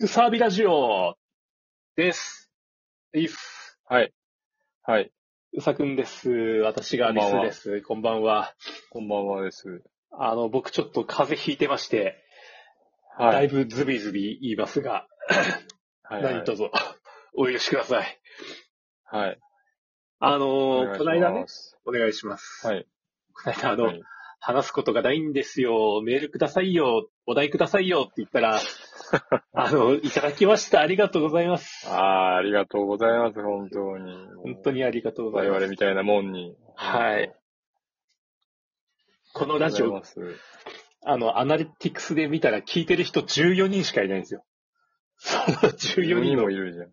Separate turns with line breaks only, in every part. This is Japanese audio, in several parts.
うさびラジオです。いっす。
はい。はい。
うさくんです。私がリスです。こんばんは。
こんばんはです。
あの、僕ちょっと風邪ひいてまして、だ
はいい。
ぶズビズビ言いますが、
はい、
何卒 お許しください。
はい。
あ
お
の
願い
ー、
し
こないだね
ま、す
お願いします。
はい。
こないだあの、
はい。
話すことがないんですよ、メールくださいよ、お題くださいよって言った ら、あの、いただきました。ありがとうございます
あ。あ、ありがとうございます、本当に。
本当にありがとうござ
我
います。
々みたいなもんに。
はい。このラジ
あり
オ
が、とうございます。
あの、アナリティクスで見たら聞いてる人14人しかいないんですよ。その14
14
人
人
の
もい、るじゃ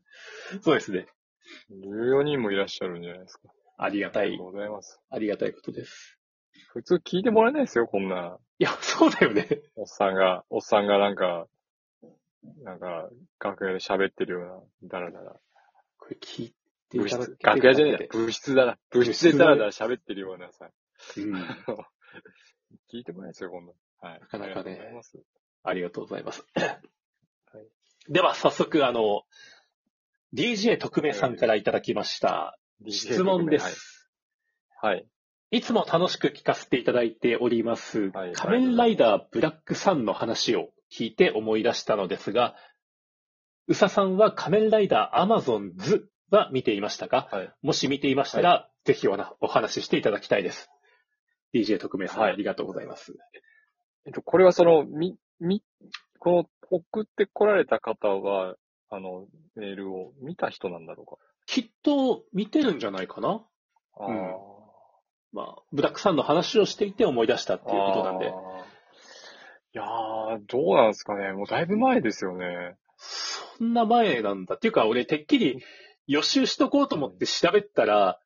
ん。
そうですね。
14人もいらっしゃるんじゃないですか。
ありが
あ
た
り
い
がと、うございます。
ありがたいことです。
普通聞いてもらえないですよ、こんな。
いや、そうだよね。
おっさんが、おっさんがなんか、なんか、楽屋で喋ってるような、だらだら。
これ聞いて
部
いただ
室
け、て
楽屋じゃねえな。部室だな。部室でだらだら喋ってるようなさ。
うん。
聞いてもらえないですよ、こんなの。はい。
なかなかね
ありがとうございます。
ありがとうございます。では、早速、あの、DJ 特命さんからいただきました。質問です。
はい。
いつも楽しく聞かせていただいております、
はいはい
仮面ライダーブラックさんの話を聞いて思い出したのですが、宇佐さんは仮面ライダーアマゾンズは見ていましたか
はい。
もし見ていましたら、ぜひおなお話ししていただきたいです。DJ 特命さん、
はい
ありがとうございます。
えっと、これはその、み、み、この、送ってこられた方は、あの、メールを見た人なんだろ
きっと見てるんじゃないかな
うか。あ
う
ー
んまあ、ブラックさんの話をしていて思い出したっていうことなんで
あ。ーいやー、どうなんですかね。もうだいぶ前ですよね。
そんな前なんだ。っていうか、俺、てっきり予習しとこうと思って調べたら、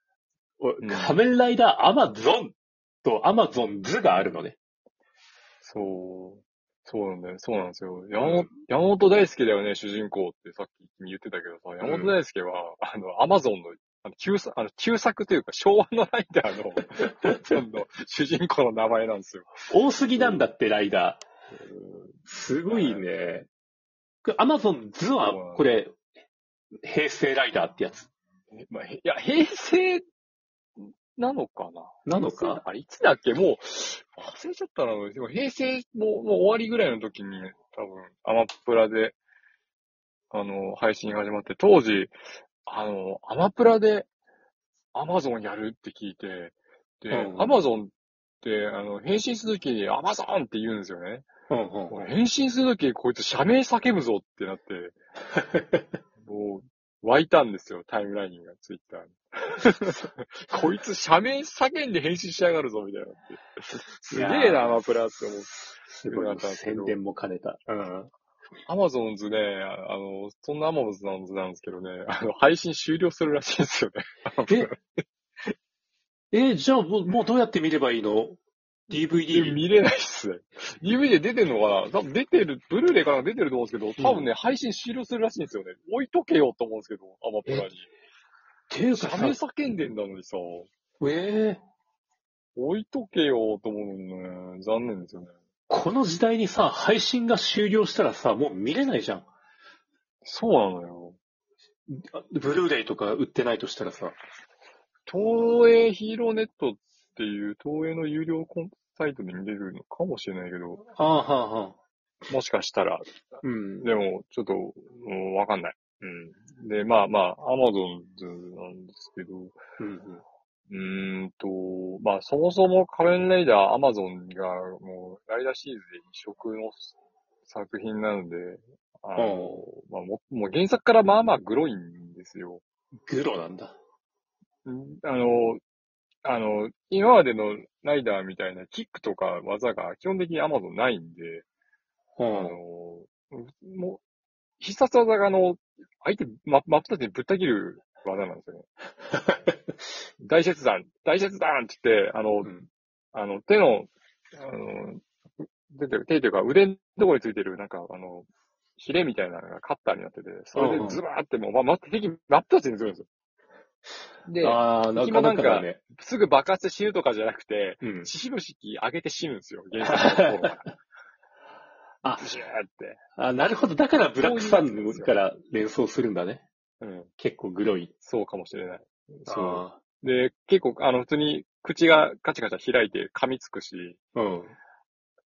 お
ん
仮面ライダーアマゾンとアマゾンズがあるのね。
そう。そうなんだよ。そうなんですよ。山
う
本、山本大輔だよね、主人公ってさっき君言ってたけどさ、山本大輔は、あの、アマゾンの、あの、旧作、あの、旧作というか、昭和のライダー の、その、主人公の名前なんですよ。
多すぎなんだって、ライダー。すごいね。アマゾンズ
そうなん
は
だ、
これ、平成ライダーってやつ。
えまあ、へいや、平成なのかな
なの
平成
か。
あれ、いつだっけもう、忘れちゃったな。でも平成も、もう終わりぐらいの時に、多分、アマプラで、あの、配信始まって、当時、あの、アマプラで、アマゾンやるって聞いて、で
う、ん
アマゾンって、あの、返信するときに、アマゾンって言うんですよね。
うん
も
う
うん返信するとき、こいつ社名叫ぶぞってなって、 もう、湧いたんですよ、タイムラインが、ツイッタ ーに。こいつ社名叫んで返信しやがるぞ、みたいなって。すげえ
いや
な、
ー
アマプラって思う。
すごい。宣伝も兼ねた。うん。
アマゾンズね、ああの、そんなアマゾンズなんですけどね、あの、配信終了するらしいんですよね。
え、 え、じゃあもう、もうどうやって見ればいいの ?DVD
見れないっすね。DVD で出てんのかな多分出てる、ブルーレイから出てると思うんですけど、多分ね、配信終了するらしいんですよね。置いとけよと思うんですけど、アマプラに。
ていう
社
か
名
さ、
叫んでんだのにさ。
えー
置いとけよと思うのね。残念ですよね。
この時代にさ、配信が終了したらさ、もう見れないじゃん。
そうなのよ。
あブルーレイとか売ってないとしたらさ。
東映ヒーローネットっていう東映の有料コンサイトで見れるのかもしれないけど、
ああ、はあ、はあ。
もしかしたら、
うん。
でも、ちょっと、もうわかんない。うん。で、まあまあ、アマゾンズなんですけど、
うん
うーんと、まあそもそも仮面ライダーアマゾンがもうライダーシリーズで異色の作品なので、あの、まあも、もう原作からまあまあグロいんですよ。
グロなんだ。
んあの、あの、今までのライダーみたいなキックとか技が基本的に Amazon ないんで、
う
あの、もう、必殺技があの、相手、ま、真っ二つにぶった切る技なんですよね。大切断大切断って言って、あの、
ん。
あの、手の、あの、出てる、手というか腕のところについてる、なんか、あの、ヒレみたいなのがカッターになってて、それでズバーってもう、ま、ま、敵真っ二つにするんですよ。で、
ああ、なか
今な
なんか
か
だね。
すぐ爆発して死ぬとかじゃなくて、
うん。
血しぶしき上げて死ぬんですよ、原作の頃から。
あ
ジューって。
あ、なるほど。だからブラックサンから連想するんだね。
うん。
結構グロい。
そうかもしれない。そ
あ
う。で、結構、あの、普通に口がガチャガチャ開いて噛みつくし、
あ。うん。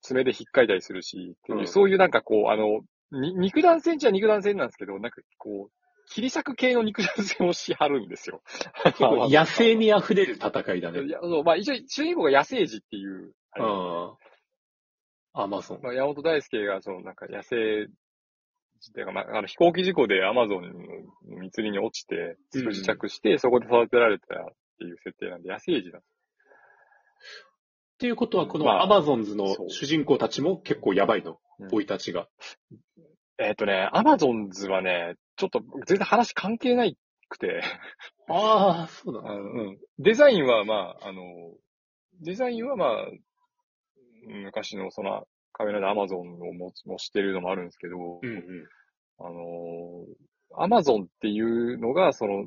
爪で引っかいたりするし、っていう
うん
そういうなんかこう、あの、に肉弾戦じゃ肉弾戦なんですけど、なんかこう、切り裂く系の肉弾戦をしはるん ですよ。
結構 野生味溢れる戦いだ ね。
いやそうまあ一応、主人公が野生児っていう、あ
う
れ
ん。アマゾン。
まあ、山本大輔が、その、なんか、野生、ていうか、まあ、あの、飛行機事故でアマゾンの密林に落ちて、すぐ自着して、そこで育てられたっていう設定なんで、野生児なんで
っていうことは、こ
ま
の
あ
アマゾンズの
そう
主人公たちも結構やばいの
うん。
生いたちが。
す。えっ、とね、アマゾンズはね、ちょっと、全然話関係ないくて、
ああ、そうだ
あのうんデザインは、まあ、あの、デザインは、まあ、昔の、その、カメラでアマゾンをも、もしてるのもあるんですけど、
うんうん。
あのー、アマゾンっていうのが、その、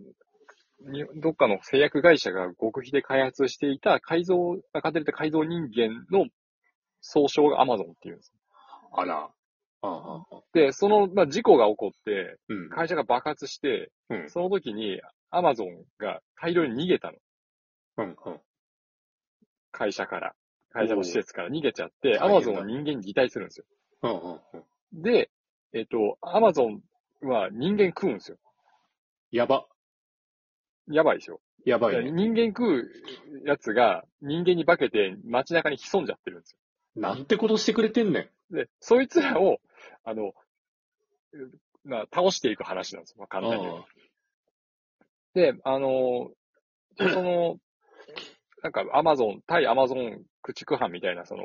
にどっかの製薬会社が極秘で開発していた改造、赤デルタ改造人間の総称がアマゾンっていうんです。
あら。ああああ、
で、その、まあ、事故が起こって、
うん。
会社が爆発して、
うん
その時にアマゾンが大量に逃げたの。
うんうん。
会社から。会社の施設から逃げちゃって、ア
大変だ
マゾンは人間に擬態するんですよ。
うんうんうん。
で、えっと、アマゾンは人間食うんですよ。
やば。
やばいでしょ。
やば
いや
いね。
人間食うやつが人間に化けて街中に潜んじゃってるんです
なんてことしてくれてんねん。
よ。で、そいつらを、あの、うまあ、倒していく話なんですよ、まあ簡単に言う
ああ
と。で、あの、その、 なんかアマゾン、対アマゾン駆逐班みたいな、その、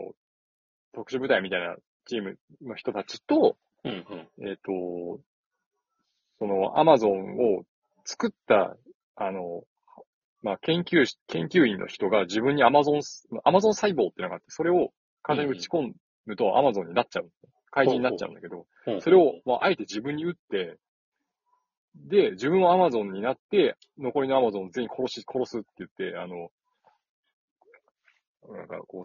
特殊部隊みたいなチームの人たちと、
うんうん。
えっ、と、そのアマゾンを作った、あの、まあ、研究し、研究員の人が自分にアマゾン、アマゾン細胞っていうのがあって、それを体に打ち込むとアマゾンになっちゃう。怪人になっちゃうんだけど、
うん
それを、まあ、あえて自分に打って、で、自分はアマゾンになって、残りのアマゾン全員殺し、殺すって言って、あの、なんかこう、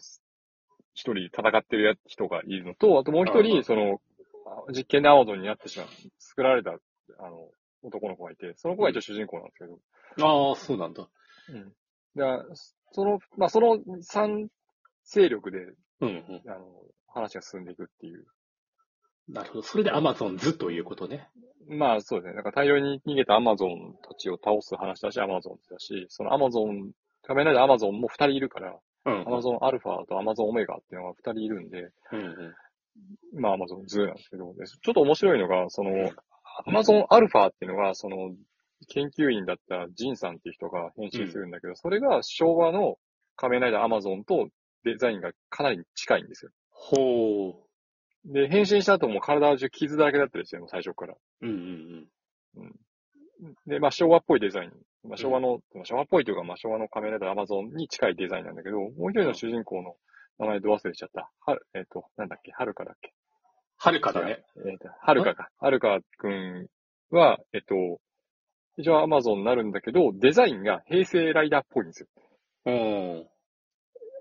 一人戦ってるや人がいるのと、あともう一
うんう
人、
ん
その、実験でアマゾンになってしまう、作られた、あの、男の子がいて、その子が一応主人公なんですけど、
ああ、そうなんだ。
うん。だからその、まあ、その三勢力で、
うんうん。
あの、話が進んでいくっていう。
なるほど。それでアマゾンズということね。
まあそうですね。なんか大量に逃げたアマゾンたちを倒す話だし、アマゾンだし、そのアマゾン、仮面ライダーアマゾンも二人いるから、
うん
アマゾンアルファとアマゾンオメガっていうのが二人いるんで、
うんうん。
まあアマゾンズなんですけど、でちょっと面白いのが、その、アマゾンアルファっていうのが、その、研究員だったジンさんっていう人が編集するんだけど、それが昭和の仮面ライダーアマゾンとデザインがかなり近いんですよ。
ほう。
で、変身した後も体中傷だらけだったりして、もう最初から。
うんうん
で、まあ昭和っぽいデザイン。まあ昭和の、まあ昭和っぽいというか、まあ昭和のカメラでアマゾンに近いデザインなんだけど、もう一人の主人公の名前ど忘れしちゃった。はる、えっ、と、なんだっけ、はるかだっけ。
はるかだね。
えっ、と、はるかか。はるかくんは、えっ、と、一応アマゾンになるんだけど、デザインが平成ライダーっぽいんですよ。
うん。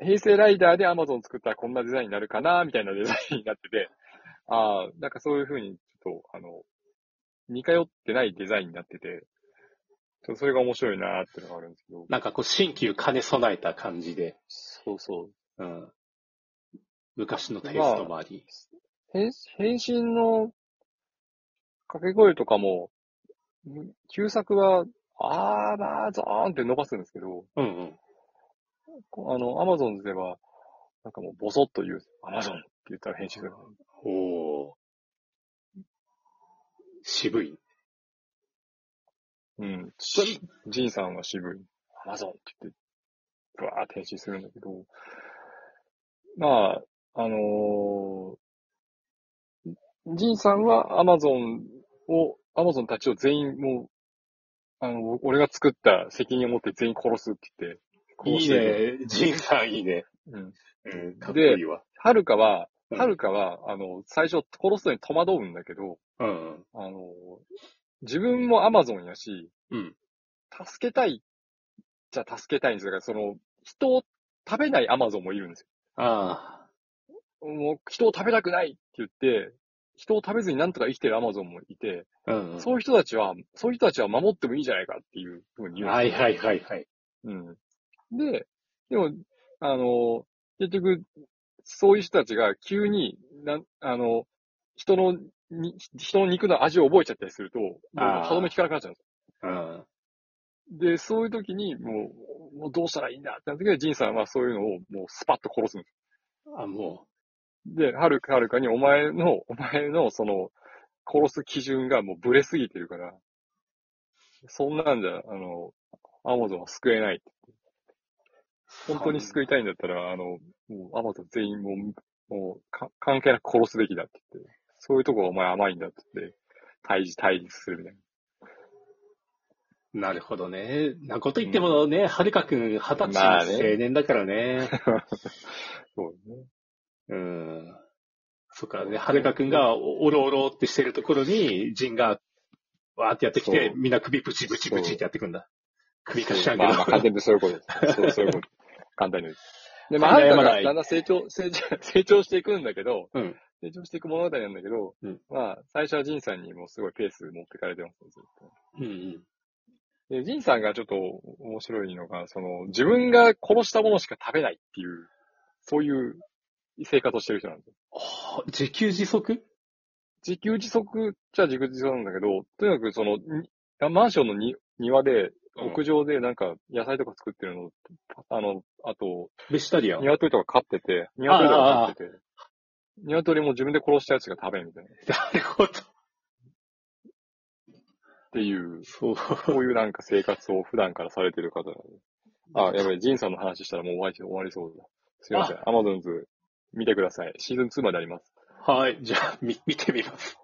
平成ライダーでアマゾン作ったらこんなデザインになるかな、みたいなデザインになってて、ああ、なんかそういう風に、ちょっと、あの、似通ってないデザインになってて、ちょっとそれが面白いなーっていうのがあるんですけど。
なんかこう、新旧兼ね備えた感じで、
そうそう。
うん。昔のテイストもあり。
変変身の掛け声とかも、ん旧作は、アーバーゾーンって伸ばすんですけど、
うんうん。
こあの、アマゾンズでは、なんかもうボソッと言う、アマゾンって言ったら変身する。
おお。渋い。
うん。しジンさんは渋い。アマゾンって言って、ブワーって変身するんだけど、まあ、あのージンさんはアマゾンを、アマゾンたちを全員もう、あの、俺が作った責任を持って全員殺すって言って、殺
い
し
い
てい
ね。ジンさんいいね。
く。うん。
うん。かっこいいわ。
はるかは、
うん
はるかは、あの、最初殺すのに戸惑うんだけど、
うんうん。
あのー自分もアマゾンやし、
うん。
助けたいじゃ助けたいんですが、その、人を食べないアマゾンもいるんですよ。
ああ。
もう人を食べたくないって言って、人を食べずになんとか生きてるアマゾンもいて、
うんうん
そういう人たちは、そういう人たちは守ってもいいんじゃないかっていうふうに言うんですよ
はいはいはいはい。
うん。で、でも、あの、結局、そういう人たちが急に、なんあの、人のに、人の肉の味を覚えちゃったりすると、もう
あー
歯止め効かなくなっちゃうん
うん。
ですよ。で、そういう時に、もう、もうどうしたらいいんだってなった時に、ジンさんはそういうのをもうスパッと殺すんです
あ、も
で、はるかはるかにお前の、お前のその、殺す基準がもうブレすぎてるから、そんなんじゃ、あの、アマゾンは救えない。
う。
本当に救いたいんだったら、あの、もうアマゾン全員もう、もうか関係なく殺すべきだって言って、そういうとこお前甘いんだって言って、対峙、対立するみたいな。
なるほどね。なこと言ってもね、はるかくん二十歳の
まあ
青
ね
年だから ね。
そうですね。
うん。そっかね、はるかくんがおおろおろってしてるところに、ジンが、わーってやってきて
そ、う
みんな首ブチブチブチってやってくんだ。首かし上げ
ま
る
あまあ、完全にそういうことです。そう、そういう こと。簡単に言うと。で、まあ、
考
あ
え
なた
ま
が
ない
だんだん成長、 成長、成長していくんだけど、
うん
成長していく物語なんだけど、
うん
まあ、最初はジンさんにもうすごいペース持ってかれてますねずっと
うんうん。
で、ジンさんがちょっと面白いのが、その、自分が殺したものしか食べないっていう、そういう生活をしてる人なんですよ。
はあ自給自足
自給自足じゃ自給自足なんだけど、とにかくその、にマンションのに庭で、屋上でなんか野菜とか作ってるの、あの、あと、
ベジタリアン。
鶏とか飼ってて、鶏とか飼ってて、鶏も自分で殺したやつが食べるみたいな、っ
なるほど。
ていう、
そう。
こういうなんか生活を普段からされてる方なんで。 あ、やべえ、ジンさんの話したらもう終わり終わりそうだ。すいません。アマゾンズ見てください。シーズン2まであります。
はい。じゃあ、み、見てみます。